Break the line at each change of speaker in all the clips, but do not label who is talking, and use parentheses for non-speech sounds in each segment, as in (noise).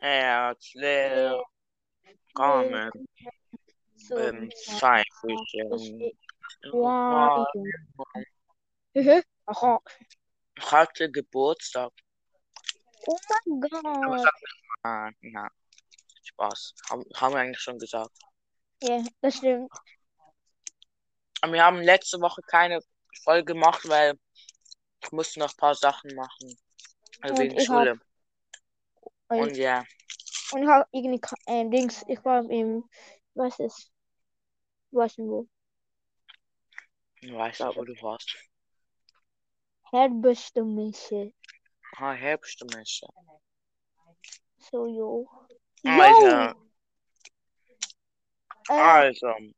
Äh, Herzlich
Äh,
willkommen im
genau.
Zeitlichen Oh, ah,
Aquarium. Mhm. Aha.
Hatte Geburtstag.
Oh mein
Aber
Gott.
sag nicht mal, Ah, na, Spaß. Haben, haben wir eigentlich schon gesagt.
Ja, das stimmt.
Aber wir haben letzte Woche keine Folge gemacht, weil ich musste noch ein paar Sachen machen. Also
Und
wegen
ich hab-
Schule.
Und,
Und ja.
und ich habe irgendwie ka- äh, Dings, ich war im, was ist, was denn wo?
Ich weiß auch, wo du warst.
Herbstmische.
Ah, Herbstmesse.
So, jo.
Alter,
Äh,
also.
in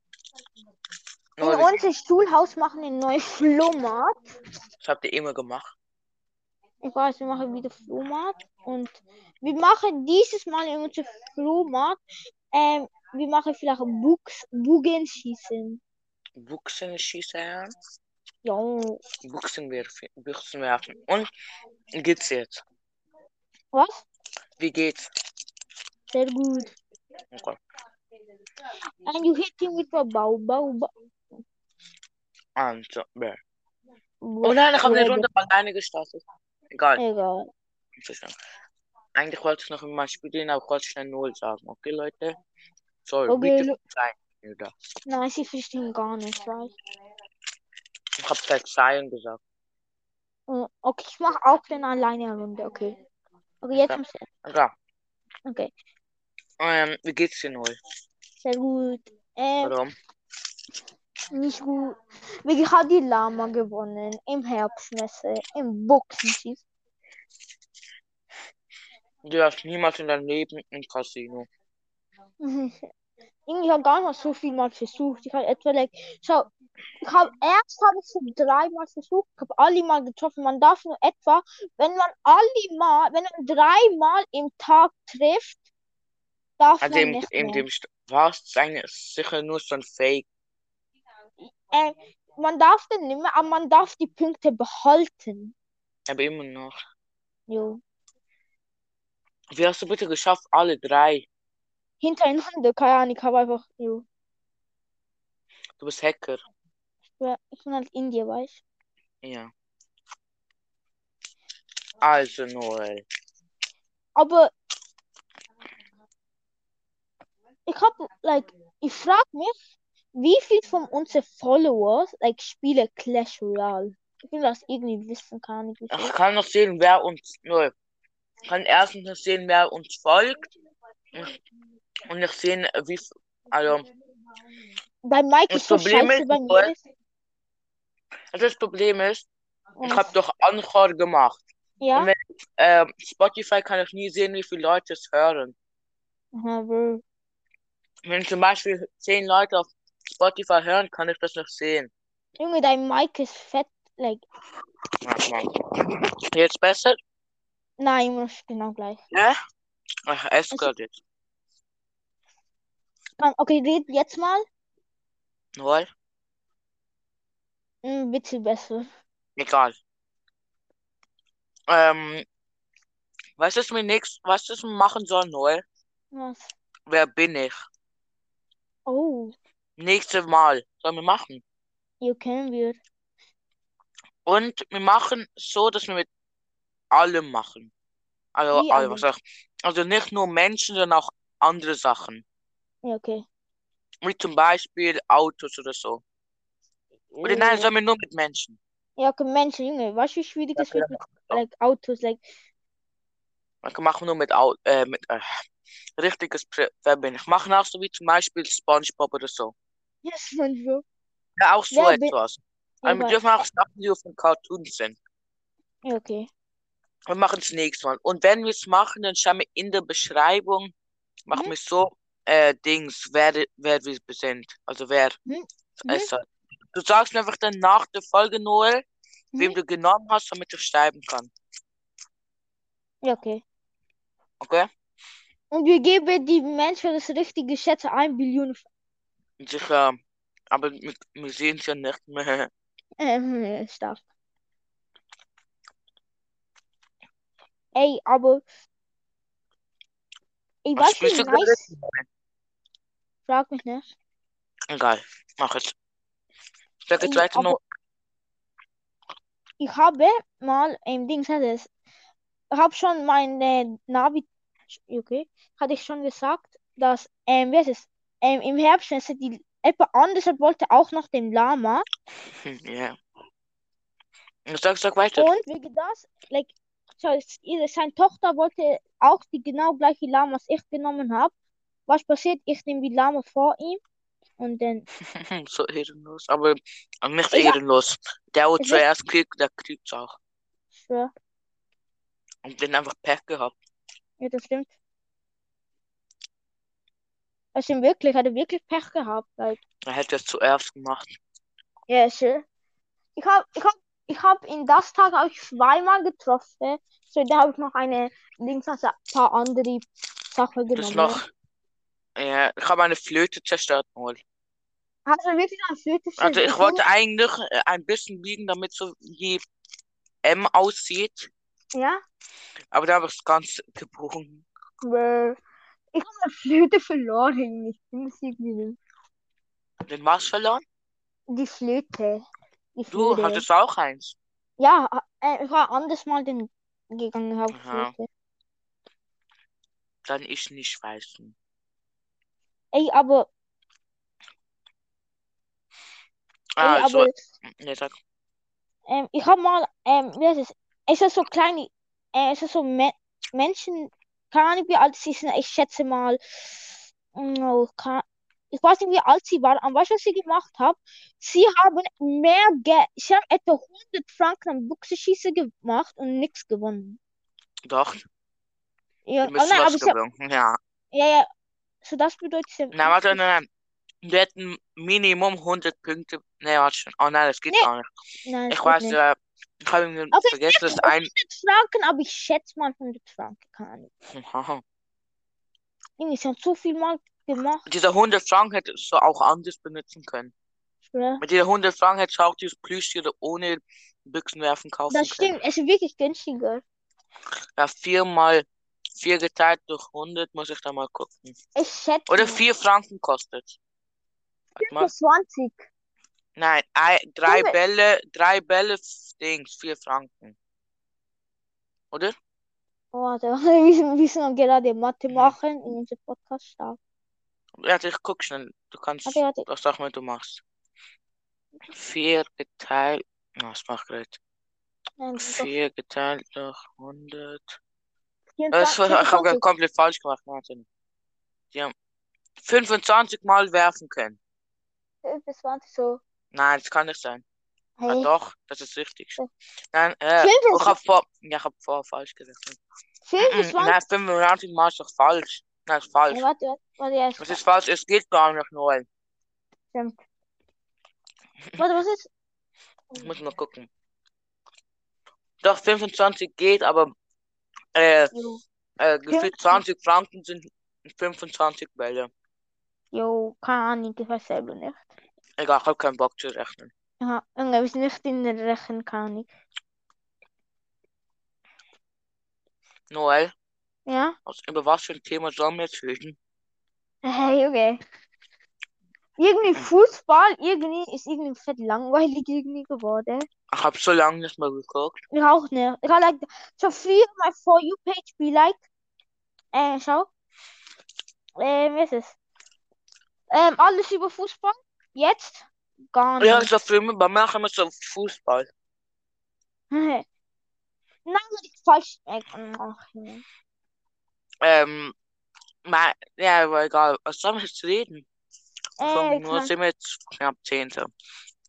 Leute,
unserem Schulhaus machen wir einen neuen Flohmarkt.
das habt ihr immer gemacht.
Ich weiß, wir machen wieder Flohmarkt. Und wir machen dieses Mal in unserem Flohmarkt, ähm, wir machen vielleicht Buchs, Bogenschießen.
Buchsen schießen, ja.
Jo.
Buchsen werfen. Buchsen werfen. Und wie geht's jetzt?
Was?
Wie geht's?
Sehr gut.
Okay.
And you hit him with a bow, bow, bow.
Also, bäh. oh nein, ich habe die Runde alleine gestartet. Egal.
Egal.
nicht so schlimm. Eigentlich wollte ich noch immer spielen, aber ich wollte schnell Null sagen. Okay, Leute? Sorry,
Okay,
Äh, bitte
Lu-
verzeihen. Alter.
Nein, sie verstehen gar nicht, weißt
Ich hab verzeihen gesagt.
du. Äh, Okay, ich mache auch dann alleine eine Runde, okay. Okay, jetzt
Ja.
kommst du.
Also,
Okay,
ähm, wie geht's dir, Null?
sehr gut. Äh,
Warum?
nicht gut. Wirklich hat die Lama gewonnen. Im Herbstmesse, im Boxenschiff.
Du hast niemals in deinem Leben im Casino.
(laughs) Irgendwie habe gar nicht so viel mal versucht. Ich habe etwa, like, schau, ich habe erst habe ich so dreimal versucht, ich habe alle mal getroffen. Man darf nur etwa, wenn man alle mal, wenn man dreimal im Tag trifft, darf
Also
man
in,
nicht
in
mehr.
dem St- warst seine ist sicher nur so ein Fake.
Äh, man darf den nicht mehr, aber man darf die Punkte behalten.
Aber immer noch.
Jo.
Wie hast du bitte geschafft, alle drei?
Hintereinander, keine Ahnung, ich habe einfach, jo.
Du bist Hacker.
Ja, Ich bin halt Indien, weißt
Ja. Also, Noel.
du. Aber ich habe, like, ich frage mich, wie viel von unseren Followers, like, spielen Clash Royale. Ich will das irgendwie wissen, keine Ahnung, wie
Ich
viel.
kann noch sehen, wer uns. Null. Ich kann erstens noch sehen, wer uns folgt. Und ich sehe, wie. f- Also,
Bei Mike
Das
ist so
Problem
scheiße,
ist,
bei
du
mir ist.
das Problem ist, ich
Was?
habe doch Anchor gemacht.
Ja?
wenn- Ähm, Spotify kann ich nie sehen, wie viele Leute es hören.
Aha, bro.
Wenn zum Beispiel zehn Leute auf Spotify hören, kann ich das noch sehen.
Junge, dein Mike ist fett, like,
Warte mal. Jetzt besser?
nein, immer noch genau gleich.
Ja? Ach, es
Also-
gehört jetzt.
Komm, Okay, red jetzt mal.
Null?
Ein Hm, bisschen besser.
Egal. Ähm, was ist mir nix, was ist mir machen soll, Null?
Was?
Wer bin ich?
Oh,
Nächstes Mal sollen wir machen.
hier können wir.
Und wir machen so, dass wir mit allem machen. Also,
Wie
alle,
allem?
was sag ich? also nicht nur Menschen, sondern auch andere Sachen.
Ja, okay.
Wie zum Beispiel Autos oder so. Oder nein,
Äh,
sollen wir nur mit Menschen?
Ja, okay, Mensch, Junge, weißt du, wie schwierig es wird mit, like, Autos, like, (laughs)
Wir machen nur mit, Au äh, mit äh, richtiges Pri- Verbindung. Machen auch so wie zum Beispiel SpongeBob oder so.
yes, man, so.
Ja, auch so
Ja, bin-
etwas.
Ja,
Aber Ähm, wir
aber-
dürfen auch Sachen, die auf den Cartoons sind.
ja, okay.
Wir machen es nächstes Mal. Und wenn wir es machen, dann schreiben wir in der Beschreibung, machen
Mhm.
wir so äh, Dings, wer, wer wir sind. Also wer
Mhm.
es hat. Du sagst mir einfach dann nach der Folge, Noel, wem
Mhm.
du genommen hast, damit ich schreiben kann.
Ja, okay.
Okay?
Und wir geben die Menschen das richtige Schätze 1 Billion.
Und ich, äh, aber wir, wir sehen es ja nicht mehr. (laughs)
Ähm, (laughs) stark. Ey, aber Ich
Was
weiß
spielst du
nicht,
gerade?
nice. Frag mich ne? nicht.
Egal, mach jetzt. Sag jetzt
Ich,
weiter
Äh, aber
noch.
ich habe mal im Dings hat es. Ich habe schon meine Navi. Okay. Hatte ich schon gesagt, dass, ähm, wie heißt es? Ähm, im Herbst ist die. Etwa anders wollte auch noch dem Lama.
Hm, ja. Sag, sag weiter.
Und wegen das, like, so, es- ihre- seine Tochter wollte auch die genau gleiche Lama, was ich genommen habe. Was passiert? Ich nehme die Lama vor ihm und dann. Hm.
So ehrenlos. Aber nicht
Ich hab-
ehrenlos. Der, der
Es ist.
zuerst kriegt, der kriegt's auch.
Ja,
Und den einfach Pech gehabt.
ja, das stimmt. Also wirklich, hat er wirklich Pech gehabt. Like,
Er hätte es zuerst gemacht.
ja, sure. Ich hab, ich hab, ich hab in das Tag auch zweimal getroffen. So, da habe ich noch eine links, also ein paar andere Sachen
Das
genommen.
noch. Ja, ich habe eine Flöte zerstört. Mal.
Hast du wirklich ein Flötisches
Also ich
gefunden?
wollte eigentlich äh, ein bisschen biegen, damit so wie M aussieht.
Ja?
Aber da habe ich es ganz gebrochen.
Bäh. Ich habe eine Flöte verloren. Ich bin das irgendwie nicht.
Den war's verloren?
Die Flöte. Die
Du
Flöte.
hattest auch eins.
Ja, äh, ich war anders mal den gegangen habe
Aha.
Flöte.
Dann ich nicht weiß.
Ey, aber, ey,
Ah, so.
aber
Nee, sag.
ähm, ich habe mal, ähm, wie heißt es? Es ist so kleine, äh, es ist so Me Menschen, keine Ahnung, wie alt sie sind. Ich schätze mal, mm, oh, keine, ich weiß nicht, wie alt sie waren. Aber weißt du, was sie gemacht haben? Sie haben mehr Geld, sie haben etwa 100 Franken an Buchsenschießen gemacht und nichts gewonnen.
Doch,
Ja,
wir
aber
müssen
Oh nein, aber
was
sie,
gewinnen. Ja.
ja, ja, so das bedeutet, sie,
Na, warte, nein, nein. Wir hätten Minimum 100 Punkte. Nee, warte schon. Oh nein, das geht
Nee.
gar nicht.
nein,
Ich
es geht
weiß,
nicht. Also,
äh, ich habe mir
Aber
vergessen, dass ein. (laughs)
100 Franken, aber ich schätze mal 100 Franken, keine Ahnung. Irgendwie, sie haben so viel mal gemacht,
Dieser 100 Franken hättest du auch anders benutzen können.
ich schwöre.
Mit dieser 100 Franken hättest du auch dieses Plüschtier ohne Büchsenwerfen kaufen
Das
können.
stimmt, es ist wirklich günstiger.
Ja, viermal vier geteilt durch 100 muss ich da mal gucken.
Ich schätze
Oder
mal.
4 Franken kostet. Warte mal.
20.
Nein, ei, drei
Junge,
Bälle, drei Bälle, f- Dings, 4 Franken. Oder?
oh, warte, (laughs) wir sind, wir sind am gerade Mathe
Mhm.
machen in unserem Podcast. stark.
Warte, ich guck schnell. Du
Warte,
kannst,
warte,
was sag mal, du machst. 4 geteilt, na, was mach grad?
nein, das ist doch
4 geteilt durch 100. Das,
24,
war- Äh, ich habe
25.
komplett falsch gemacht, Martin. Die haben 25 Mal werfen können.
25, so.
Nein, das kann nicht sein. Ah,
Hey,
doch, das ist richtig. Nein, äh, ich
25,
hab vor, ja, ich hab vor falsch gerechnet. Mhm, Nein,
25.
95 Mal ist doch falsch. mm, Nein, ist
Hey,
falsch.
warte, warte, warte, ja, ist
Das ist falsch, es geht gar nicht, Noel.
stimmt. Warte, was ist?
Ich muss mal gucken. Doch, 25 geht, aber äh,
Jo,
äh, gefühlt
15.
20 Franken sind 25 Bälle.
Jo, keine Ahnung, ich weiß selber nicht.
Egal, ich hab keinen Bock zu rechnen.
Ja, irgendwie ist nicht in der Rechen, keine Ahnung.
Noel,
Ja?
aus, über was für ein Thema sollen wir jetzt reden?
Hey, okay. Irgendwie
Hm.
Fußball, irgendwie ist irgendwie fett langweilig irgendwie geworden.
Ich hab so lange nicht mehr geguckt.
Ich auch nicht. Ich habe like, so früher my For You Page be like, äh, schau, äh, wie ist es? Ähm, alles über Fußball? Jetzt? Gar
Ja, so
nichts.
Filme, bei mir haben wir so Fußball.
Nein, (laughs) das ist falsch. Äh, Ach, nee.
Ähm, Ma- ja, aber egal. Was sollen wir jetzt reden?
Äh,
Von nur
kann,
sind wir jetzt knapp Zehnte.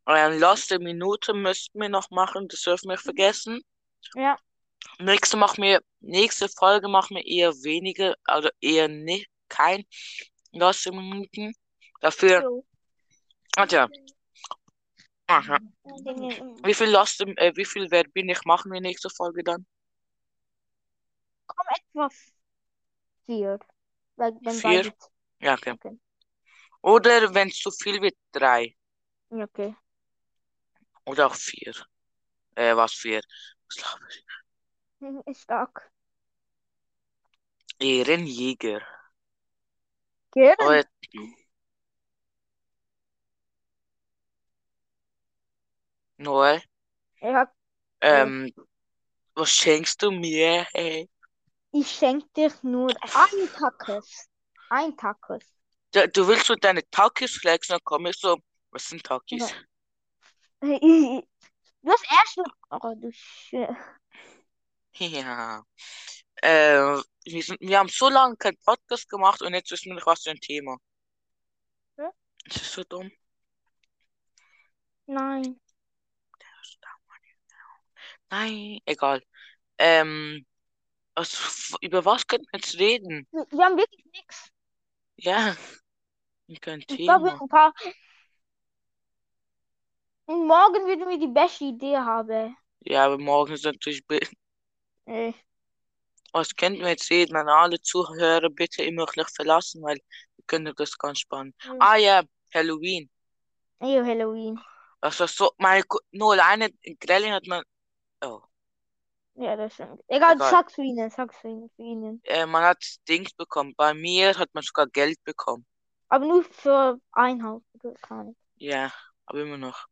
Ähm, letzte Minute müssten wir noch machen, das dürfen wir nicht vergessen.
ja,
Nächste machen wir, nächste Folge machen wir eher weniger, also eher nicht, kein letzte Minuten. Dafür,
jo.
warte, aha.
Komm,
Wie viel letzte, äh, wie viel wert bin ich, machen wir nächste Folge dann?
etwa vier. Like, wenn
Vier?
beide.
Ja, okay.
Okay.
Oder wenn es zu viel wird, drei.
Ja, Okay. (laughs)
Oder auch vier. Äh, was vier? Was laber ich?
Ist stark.
Ehrenjäger.
Gehirn.
Aber jetzt- Noel,
Ich, hab,
ähm, was schenkst du mir? äh, Ey?
ich schenke dir nur ein Tacos. Ein Tacos.
Du, du willst so deine Takis flexen, dann komm ich so, was sind Takis?
(laughs) Du hast erst mit. Oh, du Scheiße.
(laughs) Ja. Äh, wir sind, wir haben so lange keinen Podcast gemacht und jetzt wissen wir nicht, was für ein Thema.
Hä?
Das ist so dumm.
Nein.
Nein, egal. Ähm, was, über was könnten wir jetzt reden?
Wir wir haben wirklich nichts.
Ja. Kein
Ich glaube, wir
Thema.
haben ein paar. Und morgen würden wir die beste Idee haben.
Ja, aber morgen ist natürlich. be-
Äh,
Was könnten wir jetzt reden? An alle Zuhörer bitte immer gleich verlassen, weil wir können das ganz spannend.
Mhm.
Ah ja, Halloween.
eh Halloween.
Das war so. Meine Ko- nur alleine in Grellin hat man. Oh.
Ja, das stimmt. Egal,
Egal.
sag's für ihnen, sag's für ihnen, für ihnen.
Äh, man hat Dings bekommen. Bei mir hat man sogar Geld bekommen.
Aber nur für ein Haus. du kannst.
Ja, aber immer noch.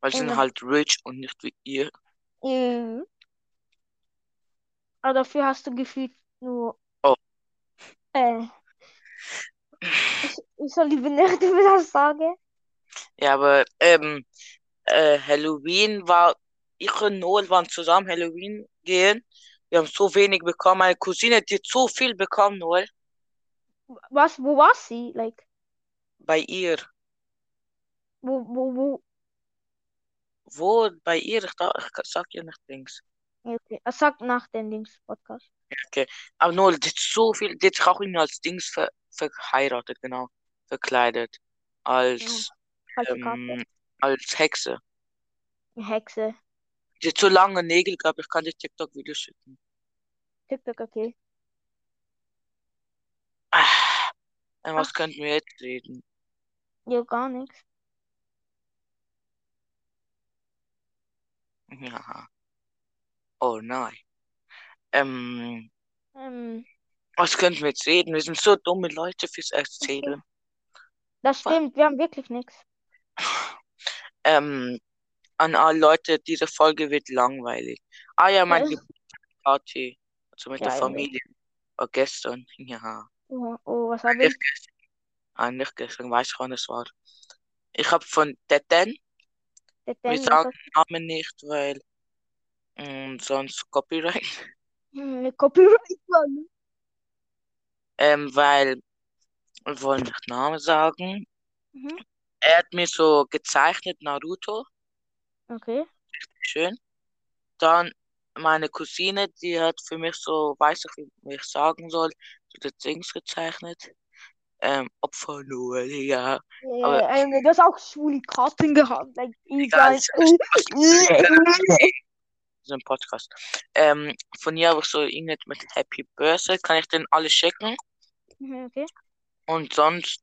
Weil sie sind
Immer.
halt rich und nicht wie ihr.
Mhm. Aber dafür hast du gefühlt nur.
Oh.
Äh. Ich, ich soll lieber nicht über das (laughs) sagen.
Ja, aber ähm, äh, Halloween war, ich und Noel waren zusammen Halloween gehen. Wir haben so wenig bekommen. Meine Cousine hat jetzt so viel bekommen, Noel,
Was, wo war sie? Like,
bei ihr.
wo, wo, wo?
Wo? Bei ihr? Ich, da, ich sag ihr nicht links.
Ja, Okay, er sagt nach dem Dings-Podcast.
Aber Noel, die hat so viel, die hat sich auch irgendwie als Dings ver, verheiratet, genau. Verkleidet. Als,
Falsche Karte.
ähm, als Hexe.
Hexe.
Die hat so lange Nägel gehabt, ich kann dir TikTok-Videos schicken.
TikTok, okay.
Ah, äh, was
Ach.
könnten wir jetzt reden?
Ja, gar nichts.
Ja. Oh nein. Ähm,
Ähm,
was könnten wir jetzt reden? Wir sind so dumme Leute fürs Erzählen.
das stimmt, wir haben wirklich nichts.
Ähm, an alle Leute, diese Folge wird langweilig. Ah ja, mein
Ja.
Geburtstagsparty. Also mit der
Ja, ja.
Familie. War gestern. Ja.
Oh, oh was habe ich?
Nicht gestern. Ah, nicht gestern. Weiß ich, wann es war. Ich habe von Tetten,
Der
wir
Dan-
sagen den Namen nicht, weil ähm, sonst Copyright.
Hm, Copyright. Mann.
Ähm, weil wir wollen nicht Namen sagen.
Mhm.
Er hat mir so gezeichnet Naruto.
Okay.
Schön. Dann meine Cousine, die hat für mich so, weiß ich, wie ich sagen soll, so das Dings gezeichnet. Ähm, Opfer Noel, ja. Aber-
Äh, Junge, du hast auch schwule Karten gehabt. Like,
Egal,
egal.
ist So ein Podcast. Ähm, von ihr habe ich so irgendwas mit Happy Birthday, kann ich denen alle schicken.
(laughs) Mhm, okay,
Und sonst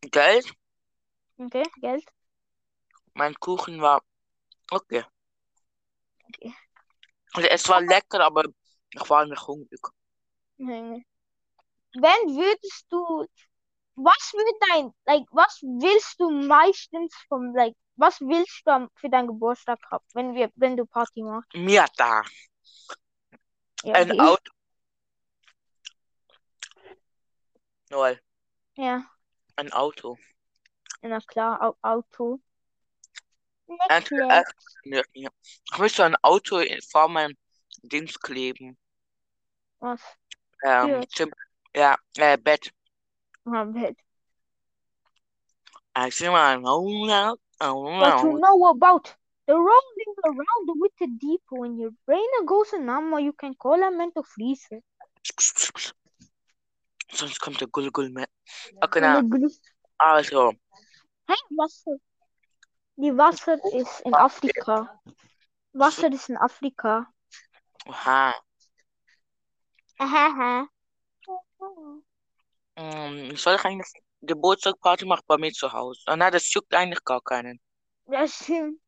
Geld.
okay, Geld.
Mein Kuchen war okay.
Okay.
Also es war lecker, aber ich war nicht hungrig.
Junge. Wenn Hmm. würdest du, was wird dein, like, was willst du meistens vom, like, was willst du am- für deinen Geburtstag haben, wenn wir, wenn du Party machst?
Mir da.
Ja,
Ein
okay.
Auto. Noel,
Ja,
ein Auto.
na klar, Au- Auto.
Ein-
Necklace.
Ja, ja. Ich müsste ein Auto in- vor meinem Dings kleben.
Was?
Ähm,
Ja.
Zimmer. Ja, äh, Bett.
Ah, Bett.
Ein Zimmer. Wow.
But you know about the rolling around the winter deep when your brain goes a number, you can call a mental freeze.
Sonst kommt der Gulgul mit. Okay, na,
Glück.
nou, also,
Hey, Wasser. Die Wasser ist in Afrika. Wasser ist in Afrika.
aha.
Aha.
Ähm, soll ich eigentlich Geburtstagparty machen bei mir zu Hause? Ah, na, das juckt eigentlich gar keinen.
Das stimmt.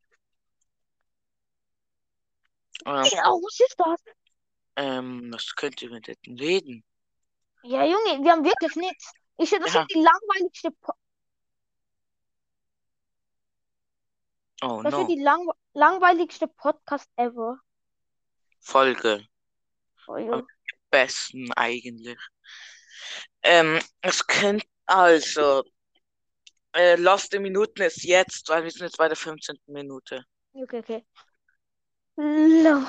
Ähm,
Ja, was ist das?
ehm, ähm, was könnte man denn reden?
Ja, Junge, wir haben wirklich nichts. Ich schwör, das
Ja.
ist die langweiligste, Po-
Oh
das
no.
wird die langwe langweiligste Podcast ever.
Folge.
Oh,
Ah.
Junge.
Besten eigentlich. Ähm, es könnte also. Äh, Lost in Minuten ist jetzt, weil wir sind jetzt bei der 15. Minute.
Okay, okay. Lo-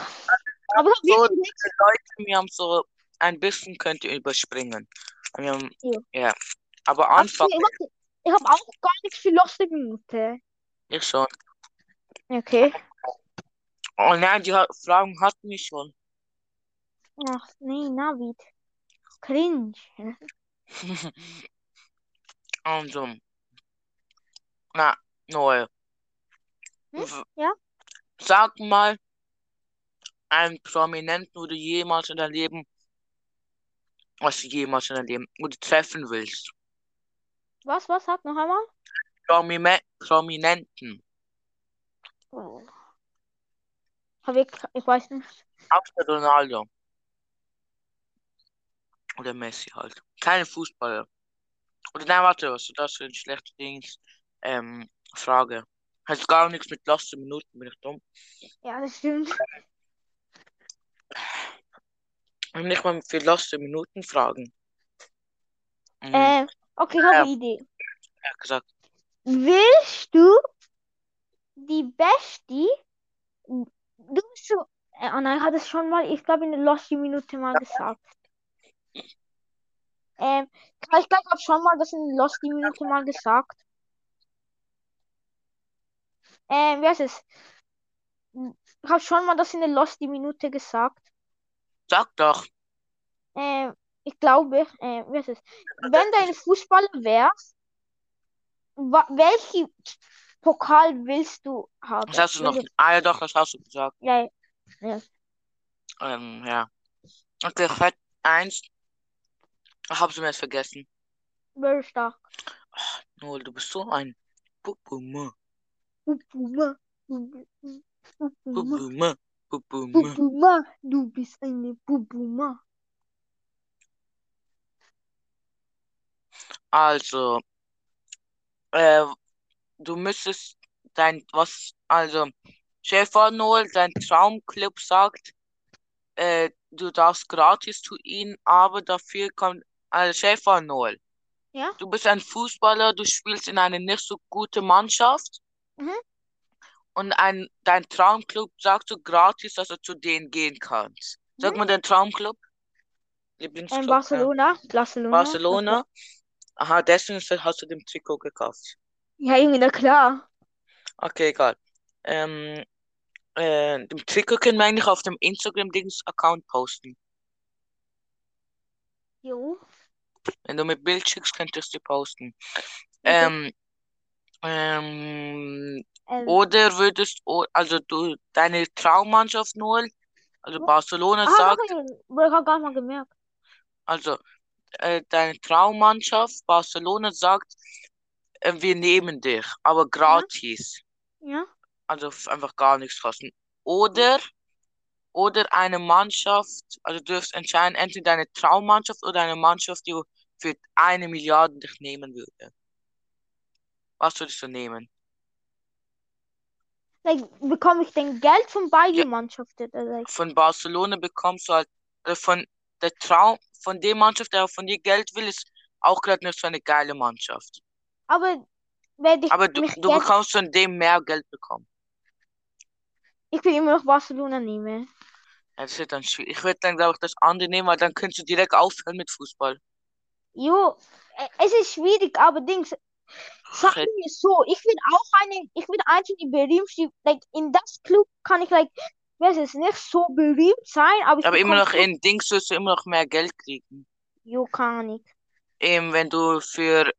Aber ich hab
So,
wirklich nichts.
Leute, wir haben so ein bisschen könnt ihr überspringen. Wir haben,
Ja.
ja. Aber
Ach,
Anfang
nee, warte. Ich habe auch gar nichts für Lost in Minute.
ich schon.
Okay.
Oh nein, die hat- Fragen hatten wir schon.
Ach nee, Navid. Cringe.
Also. Na, Noel.
Hm?
W-
Ja?
Sag mal, einen Prominenten, wo du jemals in deinem Leben, was du jemals in deinem Leben, wo du treffen willst.
Was, was? Sag noch einmal.
Promime Prominenten.
Oh. Hab ich, ich weiß nicht.
Außer Ronaldo. Oder Messi halt. Keine Fußballer. Oder nein, warte, was ist das für ein schlechtes Ding? Ähm, Frage. Hat gar nichts mit letzten Minuten, bin ich dumm.
Ja, das stimmt.
Ich hab nicht mal für letzte Minuten Fragen. Mhm,
Ähm, okay, ich habe
Ja.
eine Idee.
ja, gesagt.
Willst du die Bestie? Du bist so. Äh, oh nein, ich hatte es schon mal, ich glaube, in der Losti-Minute mal gesagt. Ähm, ich glaube, ich habe schon mal das in der Losti-Minute mal gesagt. Ähm, wie heißt es? Ich habe schon mal das in der Losti-Minute gesagt.
Sag doch.
Ähm, ich glaube, ähm, wie heißt es? Wenn du ein Fußballer wärst, wa welchen Pokal willst du haben?
Das hast du noch.
Welche-
Ah, ja, doch, das hast du gesagt.
Ja,
Ähm, ja. Okay, Fett eins. Ich hab's mir jetzt vergessen.
very stark.
Noel, du bist so ein Bubuma.
Bubuma, du bist- Bubuma,
Bubuma. Bubuma.
Bubuma, du bist eine Bubuma.
Also, äh, du müsstest dein, was, also, Stefan Noel, dein Traumclub sagt, äh, du darfst gratis zu ihnen, aber dafür kommt, also Stefan Noel.
Ja?
Du bist ein Fußballer, du spielst in eine nicht so gute Mannschaft.
Mhm.
Und ein, dein Traumclub sagt so gratis, dass du zu denen gehen kannst. Sag
Mhm.
mal deinen Traumclub.
Ähm,
Lieblingsclub. ja.
Barcelona, Barcelona.
Barcelona. Aha, deswegen ist- hast du den Trikot gekauft.
Ja, Junge, na klar.
Okay, egal. Ähm, äh, dem Trikot können wir eigentlich auf dem Instagram-Dings-Account posten.
Jo.
Wenn du mir Bild schickst, könntest du posten.
Okay.
Ähm, ähm,
Ähm,
oder würdest, o- also du, deine Traummannschaft Noel, also
Ja.
Barcelona
ah,
sagt,
sorry, Bro, ich hab gar nicht mal gemerkt.
also äh, deine Traummannschaft Barcelona sagt, äh, wir nehmen dich, aber gratis.
Ja?
Also f- einfach gar nichts kosten. Oder, oder eine Mannschaft, also du dürfst entscheiden, entweder deine Traummannschaft oder eine Mannschaft, die für eine Milliarde dich nehmen würde. Was würdest du nehmen?
Like, bekomme ich denn Geld von beiden
Ja.
Mannschaften? Oder, like,
Von Barcelona bekommst du halt, äh, von der Traum, von der Mannschaft, der von dir Geld will, ist auch gerade nicht so eine geile Mannschaft.
aber werde ich
Aber du,
mich
du
Geld.
bekommst von dem mehr Geld bekommen.
Ich will immer noch Barcelona nehmen.
Ja, das wird dann schwierig. Ich würde dann, glaube ich, das andere nehmen, weil dann könntest du direkt aufhören mit Fußball.
Jo, äh, es ist schwierig, aber Dings, sagen
Shit.
wir so, ich will auch eine, ich will eigentlich die berühmte, like, in das Club kann ich, like, weiß es nicht so berühmt sein, aber ich eh.
Aber immer
bekomme
noch in Dings wirst du immer noch mehr Geld kriegen.
Jo, kann ich.
Eben, wenn du für,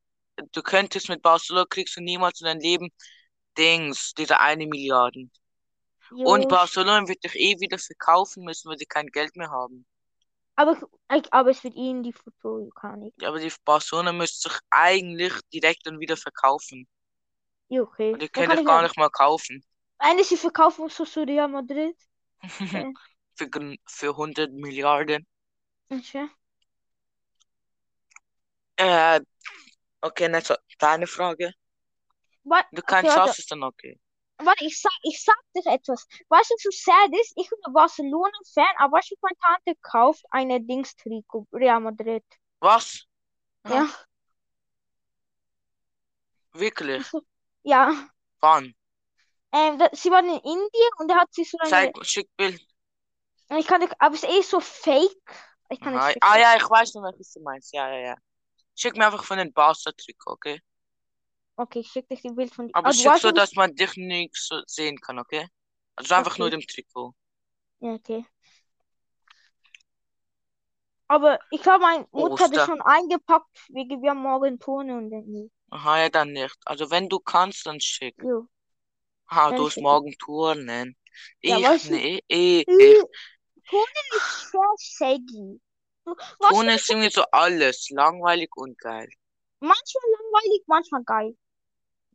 du könntest mit Barcelona kriegst du niemals in deinem Leben Dings, diese eine Milliarde.
Jo,
Und Barcelona wird dich eh wieder verkaufen müssen, weil sie kein Geld mehr haben.
aber, ich, like, aber es wird ihnen die Foto, jo, kann ich.
Aber die Barcelona müsste sich eigentlich direkt dann wieder verkaufen.
Jo, okay.
Und die
Dann
können
kann
dich
ich,
gar
like,
nicht mal kaufen.
eigentlich die verkaufen so zu Real Madrid. Okay.
Für, gen- für 100 Milliarden.
Okay.
Äh, Okay, Netzo, deine Frage.
Weil,
Du
okay,
kannst
warte.
raus, ist dann okay.
Warte, ich sag, ich sag dir etwas. Weißt du, was so sad ist? Ich bin Barcelona-Fan, aber weißt du, meine Tante kauft eine Dings-Trikot, Real Madrid.
Was?
Ja,
Wirklich?
ja.
Wann?
Ähm, da, sie waren in Indien und da hat sie so eine.
Zeig, schick Bild.
Ich kann nicht, aber es ist eh so fake. Ich kann nicht
Nein.
schicken.
Ah ja, ich weiß nicht, welches du meinst. Ja, ja, ja. Schick mir einfach von den Barca-Trick, okay?
Okay, ich schick dich die Bild von.
Aber
Ah, du
schick
weißt
so,
schon.
dass man dich nicht so sehen kann, okay? Also einfach nur
Okay.
dem Trikot.
Ja, okay. Aber ich glaube, meine Mutter hat es
Oster.
schon eingepackt, wegen wir haben morgen Turnen und dann.
Aha, ja, dann nicht. Also wenn du kannst, dann schick.
Jo,
Ah,
dann
du hast
schicke ich.
morgen Turnen.
Ja,
Ich,
weißt du.
nee, ich, ich.
Turnen ist sehr shaggy. Du- Weißt du,
Turnen ist irgendwie so alles. Langweilig und geil.
manchmal langweilig, manchmal geil.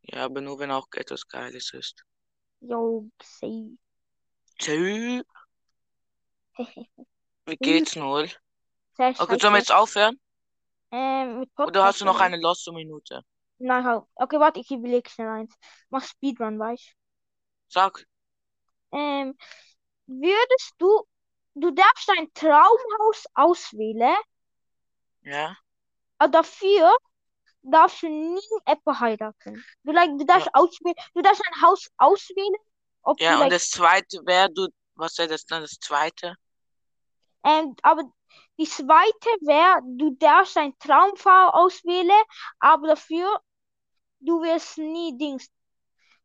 Ja, aber nur wenn auch etwas Geiles ist.
Jo, see.
Tschüss. Wie
(laughs) Sehr
geht's nur? Okay, sollen wir
Hm. scheiße.
jetzt aufhören?
Ähm, mit
Oder hast
Podcast
du noch
oder?
eine losse Minute?
Nein, hau. Okay, warte, ich überlege schnell eins. Mach Speedrun, weißt
Sag.
du? Ähm, würdest du, du darfst dein Traumhaus auswählen,
Ja.
aber dafür darfst du nie jemanden heiraten. Du, like, du
Ja.
darfst auswählen, du darfst ein Haus auswählen, ob du,
Ja, und
like,
das zweite wäre du. Was wäre das dann das zweite?
ähm, aber die zweite wäre, du darfst dein Traumfrau auswählen, aber dafür, du wirst nie Dings,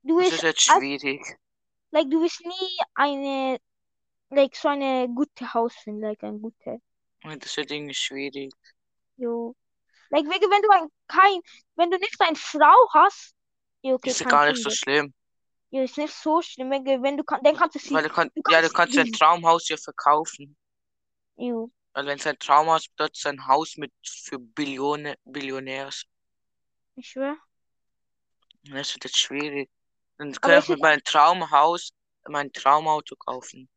du
Das
wirst,
ist jetzt
als-
schwierig.
like, du wirst nie eine, like, so eine gute Haus finden, like, ein gute,
Das wird irgendwie schwierig.
jo. Like, wegen, wenn du ein, kein, wenn du nicht eine Frau hast, ja, okay,
Ist ja
kein
gar nicht so
Kinder,
schlimm.
ja, ist nicht so schlimm, wegen, wenn du kannst, dann kannst du sie,
Weil du kannst,
du
ja, du
kannst,
kannst dein
du,
Traumhaus ja verkaufen.
jo.
Weil wenn es ein Traumhaus bedeutet, ist ein Haus mit für Billionen, Billionärs.
Ich schwöre.
Und Das wird jetzt schwierig. Dann
Aber
kann
es
ich mit
ist.
meinem Traumhaus mein Traumauto kaufen.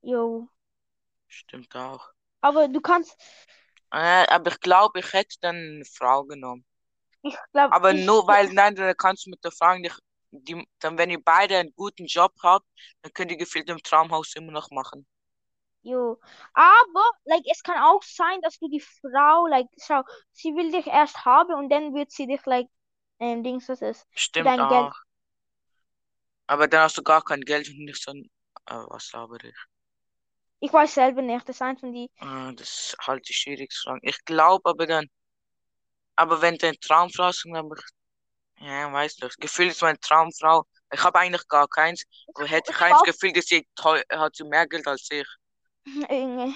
Jo.
Stimmt auch.
Aber du kannst.
Äh, aber ich glaube, ich hätte dann eine Frau genommen.
Ich glaube,
Aber
ich.
nur weil, nein, dann kannst du mit der Frau nicht, die, dann wenn ihr beide einen guten Job habt, dann könnt ihr gefühlt im Traumhaus immer noch machen.
Jo. Aber, like, es kann auch sein, dass du die Frau, like, schau, sie will dich erst haben und dann wird sie dich, like, ähm, Dings, was ist, für
Stimmt
dein Geld.
auch. Aber dann hast du gar kein Geld und nicht so ein, äh, was laber ich?
Ich weiß selber nicht, das ist eins von die.
Äh, das ist halt die schwierigste Frage. Ich glaube aber dann, aber wenn dein Traumfrau ist, dann hab ich, ja, weiß nicht. Gefühlt ist meine Traumfrau, ich habe eigentlich gar keins, aber hätte
Ich
ich
habe
eins,
auch.
Gefühl, dass sie teu, hat sie mehr Geld als ich.
Irgendwie.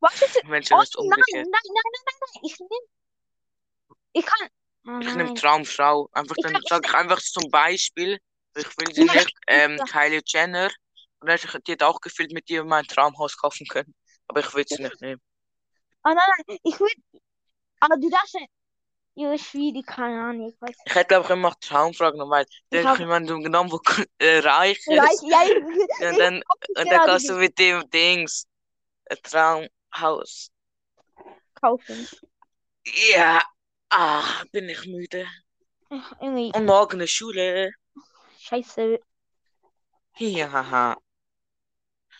Was ist.
Wenn sie
Oh
das
nein, nein,
umgekehrt.
nein, nein, nein, nein. Ich nehm. Ich kann. Oh
Ich nehme
nein.
Traumfrau. Einfach
Ich
dann
kann. Ich
sage ich einfach zum Beispiel, ich will sie
nehm.
nicht, ähm,
Ja.
Kylie Jenner. Und dann hätte ich die hätte auch gefühlt mit ihr mein Traumhaus kaufen können. Aber ich will sie nicht nehmen.
Oh nein, nein. Ich will. Aber du darfst. nicht- Jo, ist schwierig, keine Ahnung, ich weiß
Ich
nicht.
hätte einfach immer noch Traumfrau genommen, weil dann
Ich
hätte ich
habe.
jemanden genommen, der äh, reich
Like,
ist.
ja, ich,
Und
ich genau
dann,
hab das
und dann
gerade
kannst du
ge-
mit dem Dings ein Traumhaus.
kaufen.
Ja, ach, bin ich müde.
Ach, irgendwie,
Und morgen ist Schule.
scheiße.
Hihaha.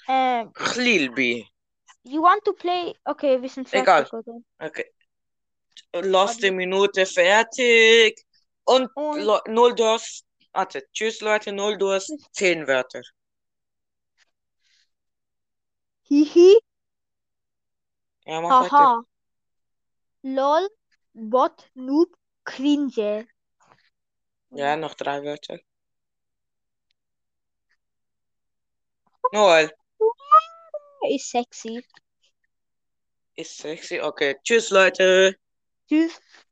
Ähm,
Chlilbi.
you want to play? Okay, wir sind
Egal.
fertig, oder?
Okay. letzte
Warte.
Minute fertig. Und
Und
Le- null Durst. Warte, tschüss Leute, null Durst. Zehn Wörter.
hihi,
Ja, mach weiter.
haha, lol, bot, noob, cringe.
Ja, noch drei Wörter. Noel
Ist sexy.
ist sexy. Okay, tschüss Leute.
Tschüss.